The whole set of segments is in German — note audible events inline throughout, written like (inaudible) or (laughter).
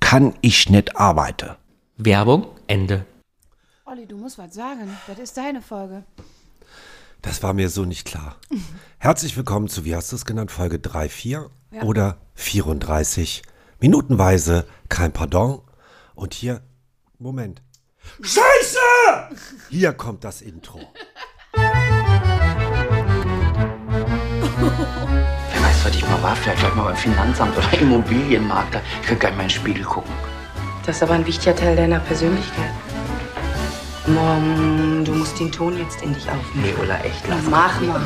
kann ich nicht arbeiten. Werbung, Ende. Olli, du musst was sagen. Das ist deine Folge. Das war mir so nicht klar. Herzlich willkommen zu, wie hast du es genannt, Folge 3, 4 oder 34. Minutenweise, kein Pardon. Und hier, Moment. Scheiße! Hier kommt das Intro. Wer weiß, was ich mal war, vielleicht gleich mal beim Finanzamt oder (laughs) Immobilienmakler. Ich kann gleich mal in den Spiegel gucken. Das ist aber ein wichtiger Teil deiner Persönlichkeit. Mom, du musst den Ton jetzt in dich aufnehmen. Nee, Ulla, echt lass. Mach mal.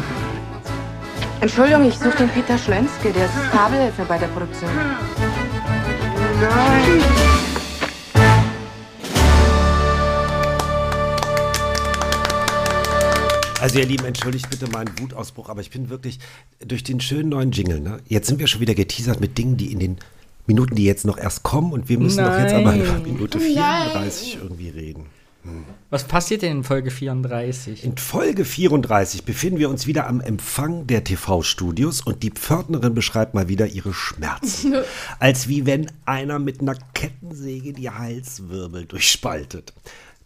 Entschuldigung, ich suche den Peter Schlenske, der ist Kabelhelfer bei der Produktion. Also ihr Lieben, entschuldigt bitte meinen Wutausbruch, aber ich bin wirklich durch den schönen neuen Jingle. Ne? Jetzt sind wir schon wieder geteasert mit Dingen, die in den Minuten, die jetzt noch erst kommen und wir müssen doch jetzt aber über Minute 34 irgendwie reden. Was passiert denn in Folge 34? In Folge 34 befinden wir uns wieder am Empfang der TV-Studios und die Pförtnerin beschreibt mal wieder ihre Schmerzen. als wie wenn einer mit einer Kettensäge die Halswirbel durchspaltet.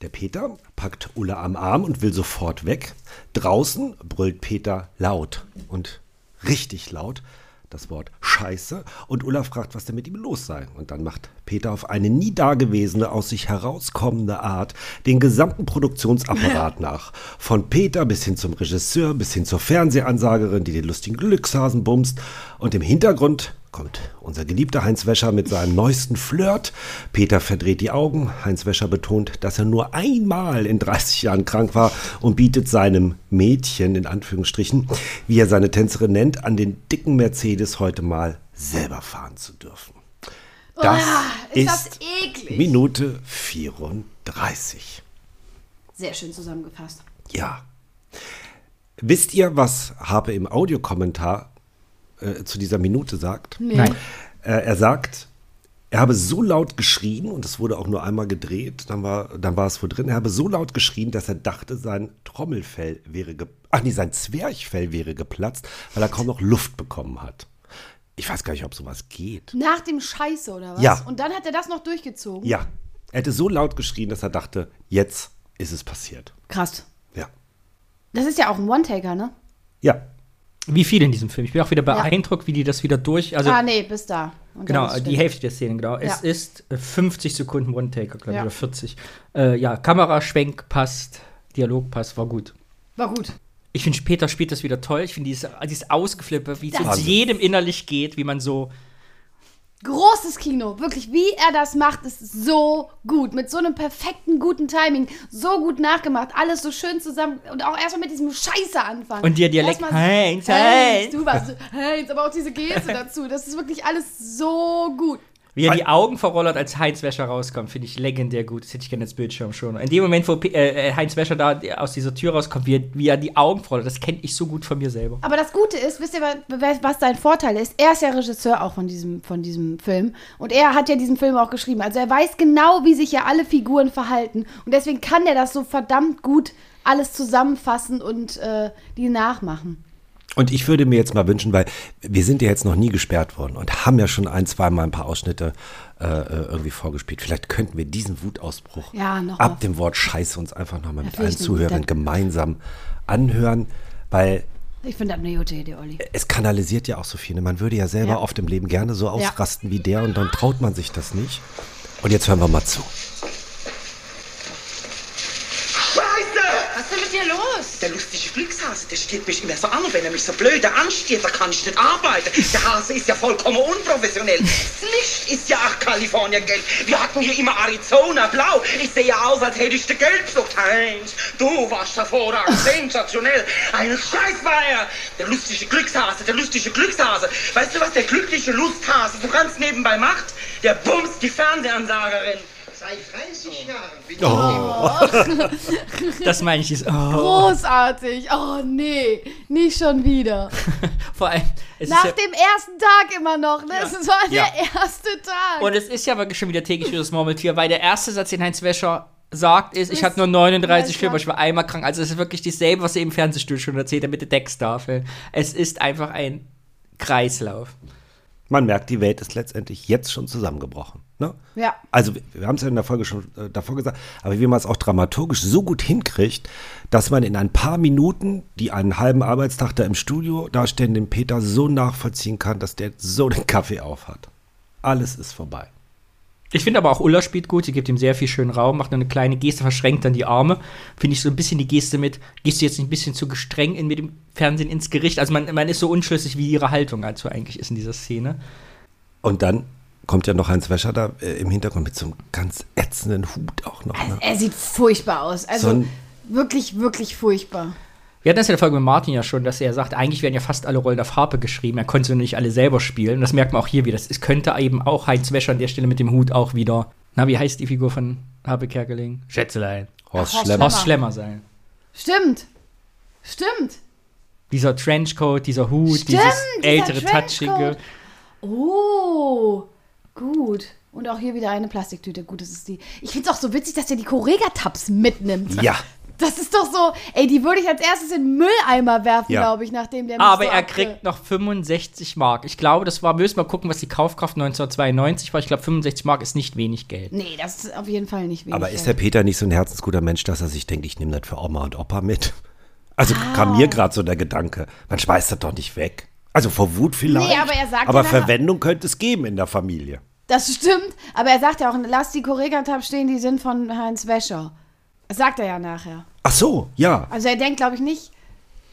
Der Peter packt Ulla am Arm und will sofort weg. Draußen brüllt Peter laut und richtig laut das Wort Scheiße und Ulla fragt, was denn mit ihm los sei. Und dann macht Peter auf eine nie dagewesene, aus sich herauskommende Art den gesamten Produktionsapparat nach. Von Peter bis hin zum Regisseur, bis hin zur Fernsehansagerin, die den lustigen Glückshasen bumst. Und im Hintergrund kommt unser geliebter Heinz Wäscher mit seinem neuesten Flirt. Peter verdreht die Augen. Heinz Wäscher betont, dass er nur einmal in 30 Jahren krank war und bietet seinem Mädchen, in Anführungsstrichen, wie er seine Tänzerin nennt, an den dicken Mercedes heute mal selber fahren zu dürfen. Ah, Das ist, Minute 34. Sehr schön zusammengefasst. Ja. Wisst ihr, was Harpe im Audiokommentar äh, zu dieser Minute sagt? Nein. Äh, er sagt, er habe so laut geschrien, und es wurde auch nur einmal gedreht, dann war, dann war es wohl drin, er habe so laut geschrien, dass er dachte, sein Trommelfell wäre, ge ach nee, sein Zwerchfell wäre geplatzt, weil er kaum noch Luft bekommen hat. Ich weiß gar nicht, ob sowas geht. Nach dem Scheiße oder was? Ja. Und dann hat er das noch durchgezogen. Ja, er hätte so laut geschrien, dass er dachte, jetzt ist es passiert. Krass. Ja. Das ist ja auch ein One-Taker, ne? Ja, Wie viel in diesem Film? Ich bin auch wieder beeindruckt, wie die das wieder durch. Also, ah, nee, bis da. Und dann genau, ist die Schnitt. Hälfte der Szenen, genau. Es Ja. ist äh, 50 Sekunden One-Taker, glaube ich, Ja. oder 40. Äh, ja, Kameraschwenk passt, Dialog passt, war gut. War gut. Ich finde, Peter spielt das wieder toll. Ich finde, dieses, dieses Ausgeflippe, wie es uns Wahnsinn. jedem innerlich geht, wie man so. Großes Kino, wirklich, wie er das macht, ist so gut. Mit so einem perfekten, guten Timing, so gut nachgemacht, alles so schön zusammen und auch erstmal mit diesem Scheiße anfangen. Und der Dialekt, Erstmal, Heinz, Heinz. Du warst so, Heinz, aber auch diese (laughs) Geste dazu, das ist wirklich alles so gut. Wie er die Augen verrollert, als Heinz Wäscher rauskommt, finde ich legendär gut. Das hätte ich gerne als Bildschirm schon. In dem Moment, wo P äh, Heinz Wäscher da aus dieser Tür rauskommt, wie er, wie er die Augen verrollert, das kenne ich so gut von mir selber. Aber das Gute ist, wisst ihr, wa- wa- was sein Vorteil ist? Er ist ja Regisseur auch von diesem, von diesem Film. Und er hat ja diesen Film auch geschrieben. Also er weiß genau, wie sich ja alle Figuren verhalten. Und deswegen kann er das so verdammt gut alles zusammenfassen und äh, die nachmachen. Und ich würde mir jetzt mal wünschen, weil wir sind ja jetzt noch nie gesperrt worden und haben ja schon ein, zwei Mal ein paar Ausschnitte äh, äh, irgendwie vorgespielt. Vielleicht könnten wir diesen Wutausbruch Ja, noch mal. ab dem Wort Scheiße uns einfach nochmal mit finde allen ich eine Zuhörern gute- gemeinsam anhören, weil Ich finde das eine gute Idee, Olli. es kanalisiert ja auch so viel. Ne? Man würde ja selber Ja. oft im Leben gerne so ausrasten wie der und dann traut man sich das nicht. Und jetzt hören wir mal zu. Scheiße! Was ist denn mit dir los? Der lustige Glückshase, der steht mich immer so an und wenn er mich so blöde ansteht, da kann ich nicht arbeiten. Der Hase ist ja vollkommen unprofessionell. Das Licht ist ja auch Kalifornien gelb. Wir hatten hier immer Arizona blau. Ich sehe ja aus, als hätte ich die Gelbsucht. Heinz, du (laughs) warst hervorragend, sensationell. Ein Scheiß war er. Der lustige Glückshase, der lustige Glückshase. Weißt du, was der glückliche Lusthase so ganz nebenbei macht? Der bumst die Fernsehansagerin. seit 30 Jahren bin ich Das meine ich ist. Oh. Großartig. Oh nee, nicht schon wieder. Vor allem, es ist Nach ja, dem ersten Tag immer noch. Ne? Es war Ja. der erste Tag. und es ist ja wirklich schon wieder täglich für das Murmeltier, weil der erste Satz, den Heinz Wäscher sagt, ist, ich hatte nur 39 Fieber, ich war einmal krank. Also es ist wirklich dasselbe, was er im Fernsehstuhl schon erzählt hat mit der Deckstafel. Es ist einfach ein Kreislauf. Man merkt, die Welt ist letztendlich jetzt schon zusammengebrochen. Ne? Ja. Also wir, wir haben es ja in der Folge schon äh, davor gesagt, aber wie man es auch dramaturgisch so gut hinkriegt, dass man in ein paar Minuten, die einen halben Arbeitstag da im Studio darstellen, den Peter so nachvollziehen kann, dass der so den Kaffee auf hat. Alles ist vorbei. Ich finde aber auch Ulla spielt gut, sie gibt ihm sehr viel schönen Raum, macht nur eine kleine Geste, verschränkt dann die Arme. Finde ich so ein bisschen die Geste mit, gehst du jetzt nicht ein bisschen zu gestreng in, mit dem Fernsehen ins Gericht? Also man, man ist so unschlüssig, wie ihre Haltung dazu eigentlich ist in dieser Szene. Und dann kommt ja noch Heinz Wäscher da äh, im Hintergrund mit so einem ganz ätzenden Hut auch noch. Ne? Er sieht furchtbar aus. Also So ein- wirklich, wirklich furchtbar. Wir hatten das in der Folge mit Martin ja schon, dass er sagt, eigentlich werden ja fast alle Rollen auf Harpe geschrieben, er konnte sie nur nicht alle selber spielen. Und das merkt man auch hier wieder. Das ist, könnte eben auch Heinz Wäscher an der Stelle mit dem Hut auch wieder, na, wie heißt die Figur von Harpe Kerkeling? Schätzelein. Horst Horst Schlemmer. Horst Schlemmer sein. Stimmt. Stimmt. Dieser Trenchcoat, dieser Hut, Stimmt, dieses dieser ältere, Trenchcoat. touchige. Oh, gut. Und auch hier wieder eine Plastiktüte. Gut, das ist die. Ich find's auch so witzig, dass der die Correga-Tabs mitnimmt. Ja. Das ist doch so, ey, die würde ich als erstes in den Mülleimer werfen, Ja. glaube ich, nachdem der mich Aber so er abge- kriegt noch 65 Mark. Ich glaube, das war, wir müssen mal gucken, was die Kaufkraft 1992 war. Ich glaube, 65 Mark ist nicht wenig Geld. Nee, das ist auf jeden Fall nicht wenig. Aber ist der Geld. Peter nicht so ein herzensguter Mensch, dass er sich denkt, ich nehme das für Oma und Opa mit? (laughs) Also kam mir gerade so der Gedanke, man schmeißt das doch nicht weg. Also vor Wut vielleicht. Nee, aber er sagt aber ja nachher- Verwendung könnte es geben in der Familie. Das stimmt, aber er sagt ja auch, lass die Correga-Tabs stehen, die sind von Heinz Wäscher. Das sagt er ja nachher. Ach so, ja. Also er denkt, glaube ich, nicht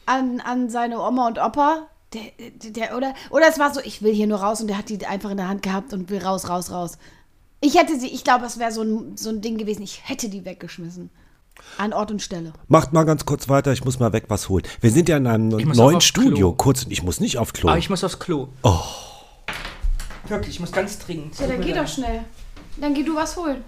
an, an seine Oma und Opa. Der, der, der, oder, oder es war so, ich will hier nur raus und der hat die einfach in der Hand gehabt und will raus, raus, raus. Ich hätte sie, ich glaube, das wäre so ein, so ein Ding gewesen, ich hätte die weggeschmissen. An Ort und Stelle. Macht mal ganz kurz weiter, ich muss mal weg was holen. Wir sind ja in einem muss auch neuen aufs Studio. Klo. Kurz, ich muss nicht auf Klo. Aber ich muss aufs Klo. Oh. Wirklich, ich muss ganz dringend. Ja, dann geh doch schnell. Dann geh du was holen.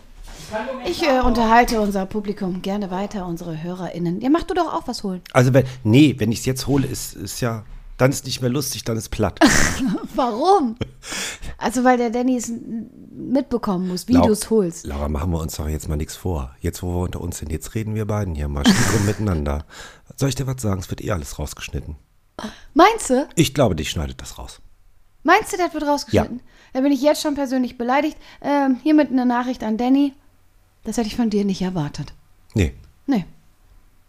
Ich äh, unterhalte unser Publikum gerne weiter, unsere HörerInnen. Ja, mach du doch auch was holen. also wenn, nee, wenn ich es jetzt hole, ist, ist ja, dann ist nicht mehr lustig, dann ist platt. Warum? Also, weil der Danny es n- mitbekommen muss, wie Lau- du es holst. Laura, machen wir uns doch jetzt mal nichts vor. Jetzt, wo wir unter uns sind, jetzt reden wir beiden hier mal stiefel (laughs) miteinander. Soll ich dir was sagen? Es wird eh alles rausgeschnitten. Meinst du? Ich glaube, dich schneidet das raus. Meinst du, das wird rausgeschnitten? Ja. Da bin ich jetzt schon persönlich beleidigt. Ähm, hiermit eine Nachricht an Danny. Das hätte ich von dir nicht erwartet. Nee. Nee.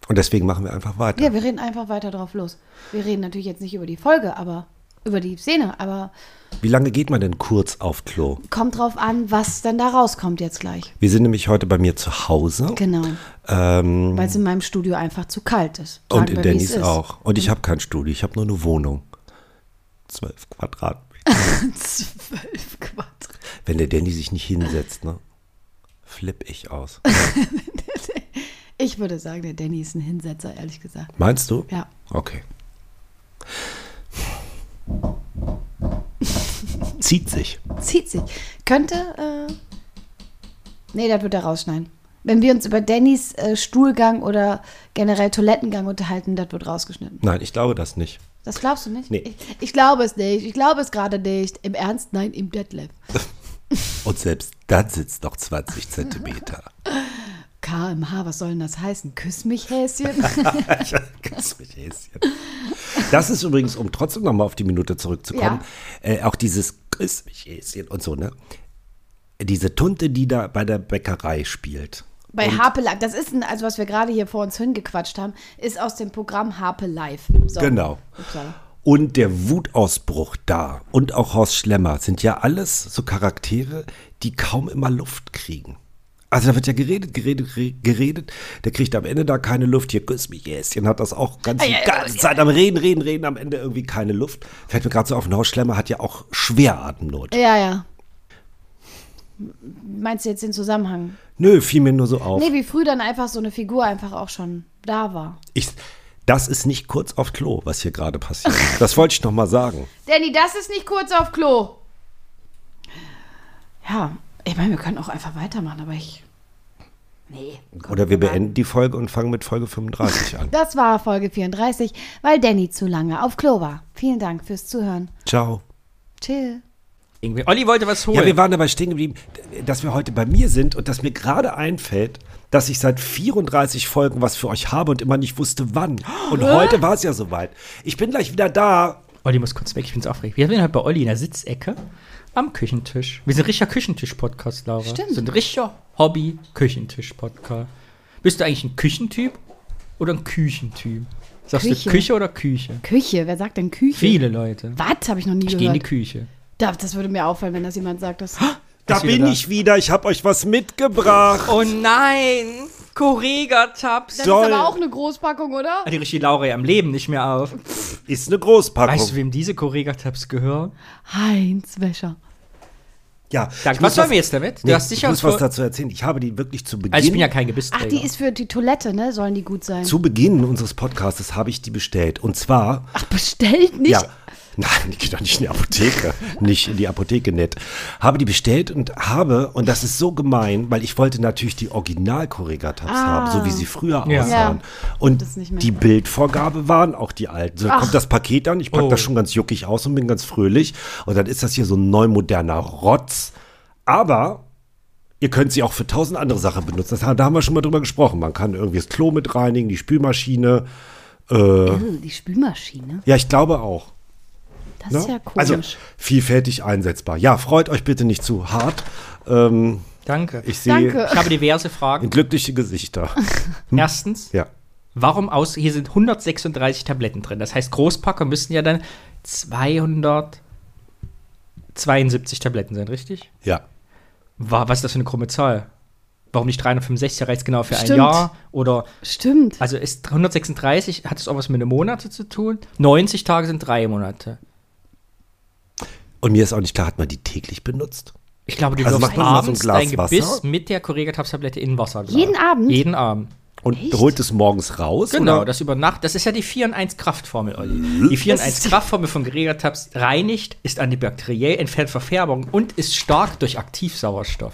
Und deswegen machen wir einfach weiter. Ja, wir reden einfach weiter drauf los. Wir reden natürlich jetzt nicht über die Folge, aber über die Szene. Aber Wie lange geht man denn kurz auf Klo? kommt drauf an, was dann da rauskommt jetzt gleich. Wir sind nämlich heute bei mir zu Hause. Genau. Ähm, Weil es in meinem Studio einfach zu kalt ist. Sagen und in wir, wie es Dennis ist. Mhm. auch. Und ich habe kein Studio, ich habe nur eine Wohnung. Zwölf Quadratmeter. (laughs) Zwölf Quadrat. Wenn der Danny sich nicht hinsetzt, ne? Flipp ich aus. Ich würde sagen, der Danny ist ein Hinsetzer, ehrlich gesagt. Meinst du? Ja. Okay. Zieht sich. Zieht sich. Könnte. Äh, nee, das wird er rausschneiden. Wenn wir uns über Dannys äh, Stuhlgang oder generell Toilettengang unterhalten, das wird rausgeschnitten. Nein, ich glaube das nicht. Das glaubst du nicht? Nee. Ich, ich glaube es nicht. Ich glaube es gerade nicht. Im Ernst, nein, im Detlef. Und selbst dann sitzt noch 20 Zentimeter. KMH, was soll denn das heißen? Küss mich, Häschen. Ganz mit Häschen. Das ist übrigens, um trotzdem nochmal auf die Minute zurückzukommen, äh, auch dieses Grüß mich Häschen und so, ne? Diese Tunte, die da bei der Bäckerei spielt. Bei Harpe Live, das ist ein, also was wir gerade hier vor uns hingequatscht haben, ist aus dem Programm Harpe Live. So. Genau. Upsala. Und der Wutausbruch da und auch Horst Schlemmer sind ja alles so Charaktere, die kaum immer Luft kriegen. Also da wird ja geredet, geredet, re- geredet. Der kriegt am Ende da keine Luft. Hier küss mich, Häschen hat das auch ganz die ganze Zeit am Reden, Reden, Reden, am Ende irgendwie keine Luft. Fällt mir gerade so auf, ein Horst Schlemmer hat ja auch schwer Atemnot. Ja, ja. Meinst du jetzt den Zusammenhang? Nö, fiel mir nur so auf. Nee, wie früh dann einfach so eine Figur einfach auch schon da war. Ich, das ist nicht kurz auf Klo, was hier gerade passiert. Das wollte (laughs) ich noch mal sagen. Danny, das ist nicht kurz auf Klo. Ja, Ich meine, wir können auch einfach weitermachen, aber ich. Nee. komm, Oder wir mal. beenden die Folge und fangen mit Folge 35 an. Das war Folge 34, weil Danny zu lange auf Klo war. Vielen Dank fürs Zuhören. Ciao. Chill. Irgendwie. Olli wollte was holen. Ja, wir waren dabei stehen geblieben, dass wir heute bei mir sind und dass mir gerade einfällt, dass ich seit 34 Folgen was für euch habe und immer nicht wusste, wann. Und heute war es ja soweit. Ich bin gleich wieder da. Olli muss kurz weg, ich bin's aufgeregt. Wir sind halt bei Olli in der Sitzecke am Küchentisch. Wir sind ein richtiger Küchentisch-Podcast, Laura. Stimmt. So ein richtiger Hobby-Küchentisch-Podcast. Bist du eigentlich ein Küchentyp oder ein Küchentyp? Sagst Küche. du Küche oder Küche? Küche, wer sagt denn Küche? Viele Leute. Was? Habe ich noch nie Ich gehe in die gehört. Küche. Da- das würde mir auffallen, wenn das jemand sagt. Das Da Ist wieder bin da. ich wieder. Ich habe euch was mitgebracht. Oh nein! Correga-Tabs. das Soll. ist aber auch eine Großpackung, oder? Die richtig Laura ja im Leben nicht mehr auf. Ist eine Großpackung. Weißt du, wem diese Correga-Tabs gehören? Heinz Wäscher. ja, Danke. ich muss Was sollen wir jetzt damit? Du Nee, hast ich sicher muss vor- was dazu erzählen. Ich habe die wirklich zu Beginn. Also ich bin ja kein Gebissträger. Ach, die ist für die Toilette, ne? Sollen die gut sein? zu Beginn unseres Podcasts habe ich die bestellt. Und zwar Ach, bestellt nicht? Ja. Nein, die geht doch nicht in die Apotheke. nicht in die Apotheke, nett. Habe die bestellt und habe, und das ist so gemein, weil ich wollte natürlich die original tabs haben, so wie sie früher Ja. aussahen. Ja. Und Das nicht mehr. die Bildvorgabe waren auch die alten. So kommt das Paket an, ich packe das schon ganz juckig aus und bin ganz fröhlich. Und dann ist das hier so ein neu moderner Rotz. Aber Ihr könnt sie auch für tausend andere Sachen benutzen. Das, da haben wir schon mal drüber gesprochen. Man kann irgendwie das Klo mit reinigen, die Spülmaschine. äh, Ugh, Die Spülmaschine. Ja, ich glaube auch. Das Ne? ist ja komisch. Also vielfältig einsetzbar. Ja, freut euch bitte nicht zu hart. Ähm, Danke. ich sehe Danke. Ich habe diverse Fragen. glückliche Gesichter. Hm. Erstens, ja. Warum aus? Hier sind 136 Tabletten drin. Das heißt, Großpacker müssen ja dann 272 Tabletten sein, richtig? Ja. Wa- Was ist das für eine krumme Zahl? Warum nicht 365 reicht genau für ein Stimmt. Jahr? Oder Stimmt. also ist 136 hat es auch was mit einem Monate zu tun? 90 Tage sind drei Monate. Und mir ist auch nicht klar, hat man die täglich benutzt? Ich glaube, du Also wirfst macht man mal so ein abends Glas dein Gebiss Wasser? mit der Correga-Tabs-Tablette in Wasser. Glaub. Jeden Abend? Jeden Abend. Und holt es morgens raus? Genau, oder? das über Nacht, das ist ja die 4 in 1 Kraftformel, Olli. Die 4 in 1 Kraftformel von Gregatabs reinigt, ist antibakteriell, entfernt Verfärbung und ist stark durch Aktivsauerstoff.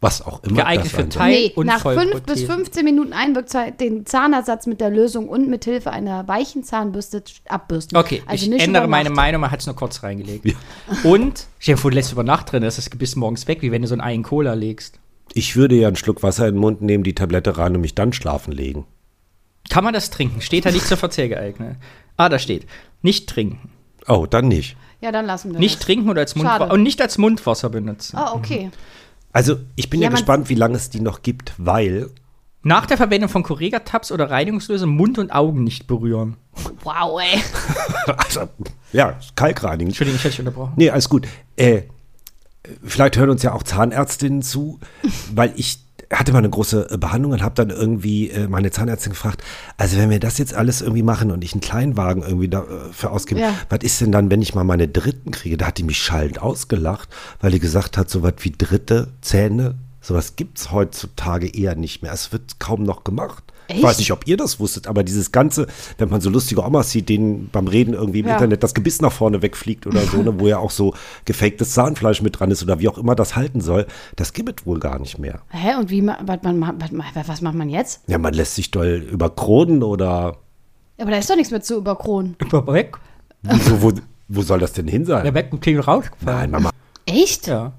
Was auch immer. Geeignet das für sein soll. Teil- Nee, und nach 5 bis Vollprothesen. 15 Minuten Einwirkzeit den Zahnersatz mit der Lösung und mit Hilfe einer weichen Zahnbürste abbürsten. Okay, also ich nicht ändere über meine Nacht. Meinung, man hat es nur kurz reingelegt. Und, stell dir vor, du lässt über Nacht drin, dann ist das Gebiss morgens weg, wie wenn du so einen Ei in Cola legst. Ich würde ja einen Schluck Wasser in den Mund nehmen, die Tablette rein und mich dann schlafen legen. Kann man das trinken? Steht da nicht zur Verzehr geeignet. Ah, da steht. Nicht trinken. Oh, dann nicht. Ja, dann lassen wir Nicht das. trinken oder als Mundwasser. Schade. Und nicht als Mundwasser benutzen. Ah, okay. Also, ich bin ja, Ja, man- gespannt, wie lange es die noch gibt, weil (laughs) Nach der Verwendung von Correga-Tabs oder Reinigungslösung Mund und Augen nicht berühren. Wow, ey. also, ja, Kalkreinigen. Entschuldigung, ich hätte dich unterbrochen. Nee, alles gut. Äh, vielleicht hören uns ja auch Zahnärztinnen zu, weil ich hatte mal eine große äh, Behandlung und habe dann irgendwie äh, meine Zahnärztin gefragt, also wenn wir das jetzt alles irgendwie machen und ich einen Kleinwagen irgendwie dafür ausgebe, Ja. was ist denn dann, wenn ich mal meine Dritten kriege? Da hat die mich schallend ausgelacht, weil die gesagt hat, so was wie Dritte, Zähne, sowas gibt es heutzutage eher nicht mehr. Es wird kaum noch gemacht. Ich weiß nicht, ob ihr das wusstet, aber dieses Ganze, wenn man so lustige Omas sieht, denen beim Reden irgendwie im Ja. Internet das Gebiss nach vorne wegfliegt oder so, ne, wo ja auch so gefaktes Zahnfleisch mit dran ist oder wie auch immer das halten soll, das gibt es wohl gar nicht mehr. Hä, und wie, ma- wat man, ma- wat ma- was macht man jetzt? Ja, man lässt sich doll überkronen oder Aber da ist doch nichts mehr zu überkronen. Über weg? wieso, wo, wo soll das denn hin Der sein? weg und Klinge rausgefallen. Nein, Mama. Echt? Ja.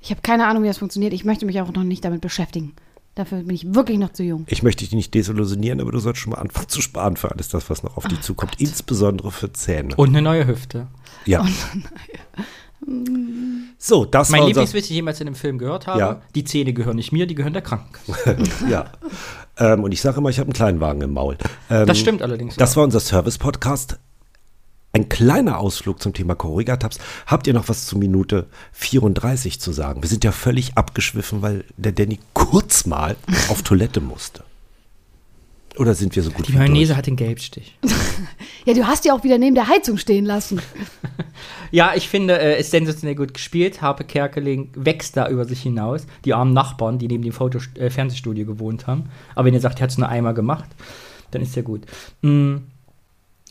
Ich habe keine Ahnung, wie das funktioniert. Ich möchte mich auch noch nicht damit beschäftigen. Dafür bin ich wirklich noch zu jung. Ich möchte dich nicht desillusionieren, aber du sollst schon mal anfangen zu sparen für alles das, was noch auf dich zukommt, insbesondere für Zähne. Und eine neue Hüfte. ja. so, das Mein war unser, Lieblingswitz, den ich jemals in dem Film gehört habe, Ja. die Zähne gehören nicht mir, die gehören der Krankenkasse. (laughs) ja. Ähm, und ich sage immer, ich habe einen Kleinwagen im Maul. Ähm, Das stimmt allerdings. Das war unser Service-Podcast. Ein kleiner Ausflug zum Thema Corriga-Tabs. Habt ihr noch was zu Minute 34 zu sagen? Wir sind ja völlig abgeschwiffen, weil der Danny kurz mal auf Toilette musste. Oder sind wir so gut die wie Mayonnaise durch? hat den Gelbstich. Ja, du hast die auch wieder neben der Heizung stehen lassen. Ja, ich finde, äh, ist sensationell gut gespielt. Harpe Kerkeling wächst da über sich hinaus. Die armen Nachbarn, die neben dem Foto äh, Fernsehstudio gewohnt haben. Aber wenn ihr sagt, er hat es nur einmal gemacht, dann ist ja gut. Mm.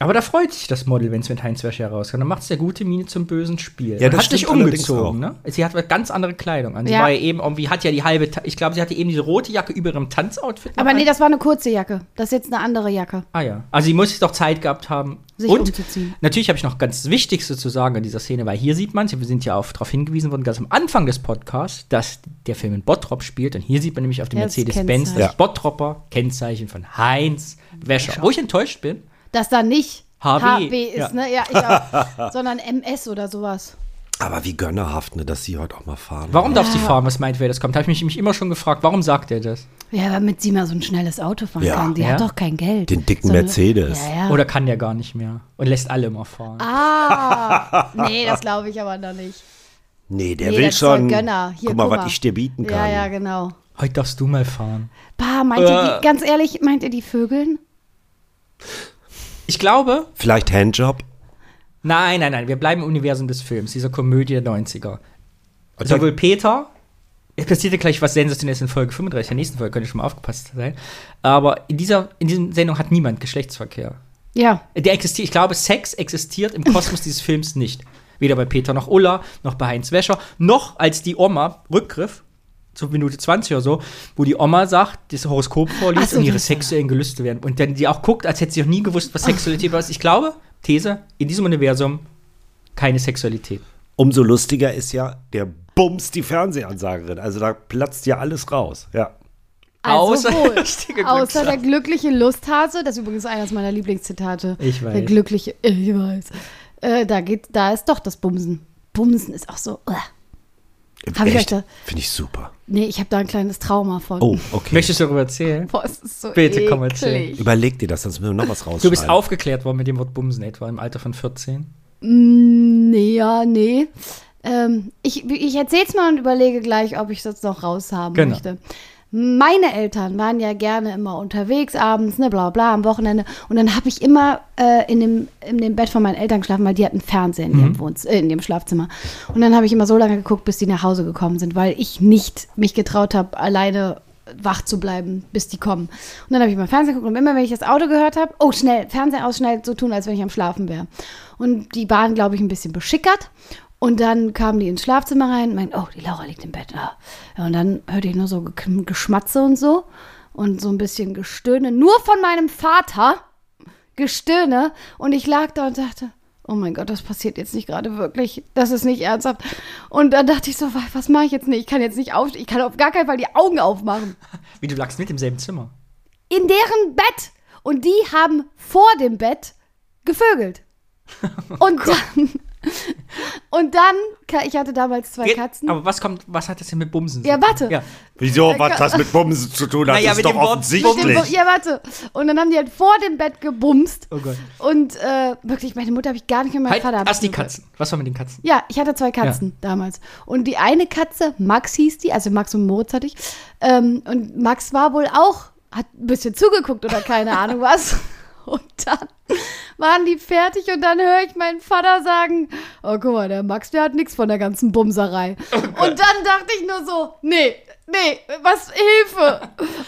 Aber da freut sich das Model, wenn es mit Heinz Wäsche herauskommt. Dann macht es der gute Miene zum bösen Spiel. Ja, das hat sich stimmt allerdings umgezogen, ne? Sie hat ganz andere Kleidung an. Sie Ja. war ja eben irgendwie, hat ja die halbe, Ta- ich glaube, sie hatte eben diese rote Jacke über ihrem Tanzoutfit. noch Aber nee, an. das war eine kurze Jacke. Das ist jetzt eine andere Jacke. Ah ja. Also sie muss sich doch Zeit gehabt haben. Sich und umzuziehen. natürlich habe ich noch ganz das Wichtigste zu sagen in dieser Szene, weil hier sieht man, wir sind ja auch darauf hingewiesen worden, ganz am Anfang des Podcasts, dass der Film in Bottrop spielt. Und hier sieht man nämlich auf dem Ja, das Mercedes-Benz das Kennzeichen. Ja. Bottroper Kennzeichen von Heinz Wäscher. Wo ich enttäuscht bin, Dass da nicht HB, ist, ja. ne? Ja, (laughs) ich auch. sondern MS oder sowas. Aber wie gönnerhaft, ne, dass sie heute auch mal fahren. warum darf sie fahren, was meint, wer das kommt? Habe ich mich, mich immer schon gefragt, warum sagt er das? Ja, damit sie mal so ein schnelles Auto fahren Ja. kann. Die Ja. hat doch kein Geld. Den dicken Sondern- Mercedes. Ja, ja. Oder kann der gar nicht mehr und lässt alle immer fahren? Ah, (laughs) nee, das glaube ich aber noch nicht. Nee, der Nee, will das ist so ein schon. Gönner. Hier, guck mal, guck was mal. ich dir bieten kann. Ja, ja, genau. Heute darfst du mal fahren. Bah, meint ihr Äh. die, ganz ehrlich, meint ihr die Vögeln? Ich glaube, Vielleicht Handjob. nein, nein, nein, wir bleiben im Universum des Films, dieser Komödie der 90er. Und Sowohl dann, Peter, es passierte gleich was Sensationelles in Folge 35, der nächsten Folge, könnte schon mal aufgepasst sein. Aber in dieser in diesem Sendung hat niemand Geschlechtsverkehr. Ja. Der existiert, ich glaube, Sex existiert im Kosmos dieses Films nicht. Weder bei Peter noch Ulla, noch bei Heinz Wäscher, noch als die Oma, Rückgriff, zur Minute 20 oder so, wo die Oma sagt, das Horoskop Ach vorliest so, und ihre das war- sexuellen Gelüste werden. Und dann die auch guckt, als hätte sie noch nie gewusst, was Sexualität war. Ich glaube, These, in diesem Universum keine Sexualität. umso lustiger ist ja, der bumst die Fernsehansagerin. Also da platzt ja alles raus. Ja. Also Außer- wohl. (laughs) Richtige Außer der Glückshase. glückliche Lusthase, das ist übrigens eines meiner Lieblingszitate. Ich weiß. Der glückliche, (laughs) ich weiß. Äh, da, geht, da ist doch das Bumsen. Bumsen ist auch so. uah. Hab ich euch da- Finde ich super. Nee, ich habe da ein kleines Trauma von. Oh, okay. Möchtest du darüber erzählen? Boah, es ist so Bitte komm, eklig. erzähl. Überleg dir das, sonst müssen wir noch was rausschneiden. Du bist aufgeklärt worden mit dem Wort Bumsen etwa im Alter von 14. Nee, ja, nee. Ähm, ich ich erzähl's mal und überlege gleich, ob ich das noch raushaben Genau. möchte. Meine Eltern waren ja gerne immer unterwegs abends, ne, bla bla, am Wochenende. Und dann habe ich immer äh, in, dem, in dem Bett von meinen Eltern geschlafen, weil die hatten Fernseher in, ihrem Wohnz äh, in ihrem Schlafzimmer. Und dann habe ich immer so lange geguckt, bis die nach Hause gekommen sind, weil ich nicht mich getraut habe, alleine wach zu bleiben, bis die kommen. Und dann habe ich mal Fernsehen geguckt und immer, wenn ich das Auto gehört habe, oh, schnell, Fernseher aus, schnell, so tun, als wenn ich am Schlafen wäre. Und die waren, glaube ich, ein bisschen beschickert. Und dann kamen die ins Schlafzimmer rein und meinten, oh, die Laura liegt im Bett. Ah. Ja, und dann hörte ich nur so Gek- Geschmatze und so und so ein bisschen Gestöhne, nur von meinem Vater. Gestöhne. Und ich lag da und dachte, oh mein Gott, das passiert jetzt nicht gerade wirklich. Das ist nicht ernsthaft. Und dann dachte ich so, wa- was mache ich jetzt nicht? Ich kann jetzt nicht aufstehen. Ich kann auf gar keinen Fall die Augen aufmachen. Wie du lagst mit im selben Zimmer. In deren Bett. Und die haben vor dem Bett (laughs) gevögelt. Oh Und dann. Und dann, ka- ich hatte damals zwei Geht- Katzen. Aber was kommt, was hat das denn mit Bumsen? zu Ja, tun? warte. Ja. Wieso, was das mit Bumsen zu tun hat, Naja, ist mit doch dem Wort offensichtlich. Mit dem, ja, warte. Und dann haben die halt vor dem Bett gebumst. Oh Gott. Und äh, wirklich, meine Mutter habe ich gar nicht mehr meinen Halt, Vater erst die abgewürgt. Katzen. Was war mit den Katzen? Ja, ich hatte zwei Katzen damals. Und die eine Katze, Max hieß die, also Max und Moritz hatte ich. Ähm, und Max war wohl auch, hat ein bisschen zugeguckt oder keine Ahnung was. (laughs) Und dann waren die fertig und dann höre ich meinen Vater sagen, oh guck mal, der Max, der hat nichts von der ganzen Bumserei. und dann dachte ich nur so, nee, nee, was, Hilfe.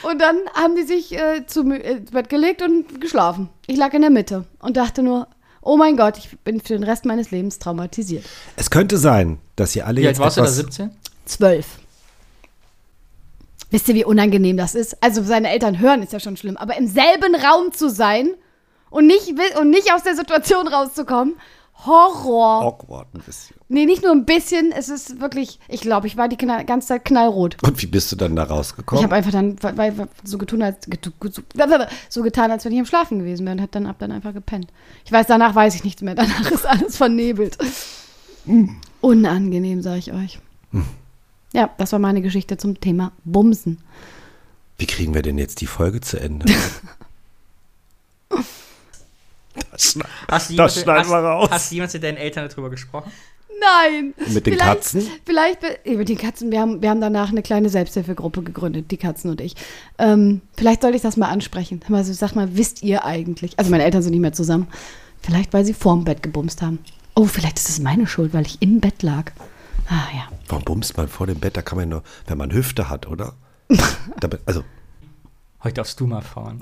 und dann haben die sich äh, zu, mir- äh, ins Bett gelegt und geschlafen. Ich lag in der Mitte und dachte nur, oh mein Gott, ich bin für den Rest meines Lebens traumatisiert. Es könnte sein, dass ihr alle Wie alt jetzt warst du da? etwas 17? Zwölf. Wisst ihr, wie unangenehm das ist? Also seine Eltern hören ist ja schon schlimm, aber im selben Raum zu sein und nicht, wi- und nicht aus der Situation rauszukommen, Horror. awkward ein bisschen. Nee, nicht nur ein bisschen, es ist wirklich, ich glaube, ich war die knall, ganze Zeit knallrot. Und wie bist du dann da Ich rausgekommen? habe einfach dann weil- weil- so getan, als, getu- getu- so getan, als wenn ich am Schlafen gewesen wäre und habe dann, hab dann einfach gepennt. Ich weiß, danach weiß ich nichts mehr. (laughs) Danach ist alles vernebelt. Unangenehm, sage ich euch. Ja, das war meine Geschichte zum Thema Bumsen. wie kriegen wir denn jetzt die Folge zu Ende? (laughs) das schneid- Hast du Das jemals- schneiden wir raus. Hast, hast du jemals mit deinen Eltern darüber gesprochen? Nein! Mit den vielleicht, Katzen? Vielleicht, eh, mit den Katzen. Wir haben, wir haben danach eine kleine Selbsthilfegruppe gegründet, die Katzen und ich. Ähm, vielleicht sollte ich das mal ansprechen. Sag mal, so, sag mal, wisst ihr eigentlich? Also, meine Eltern sind nicht mehr zusammen. Vielleicht, weil sie vorm Bett gebumst haben. Oh, vielleicht ist es meine Schuld, weil ich im Bett lag. Ah, ja. Warum bumst man vor dem Bett? Da kann man ja nur, wenn man (laughs) Hüfte hat, oder? Damit, also, Heute darfst du mal fahren.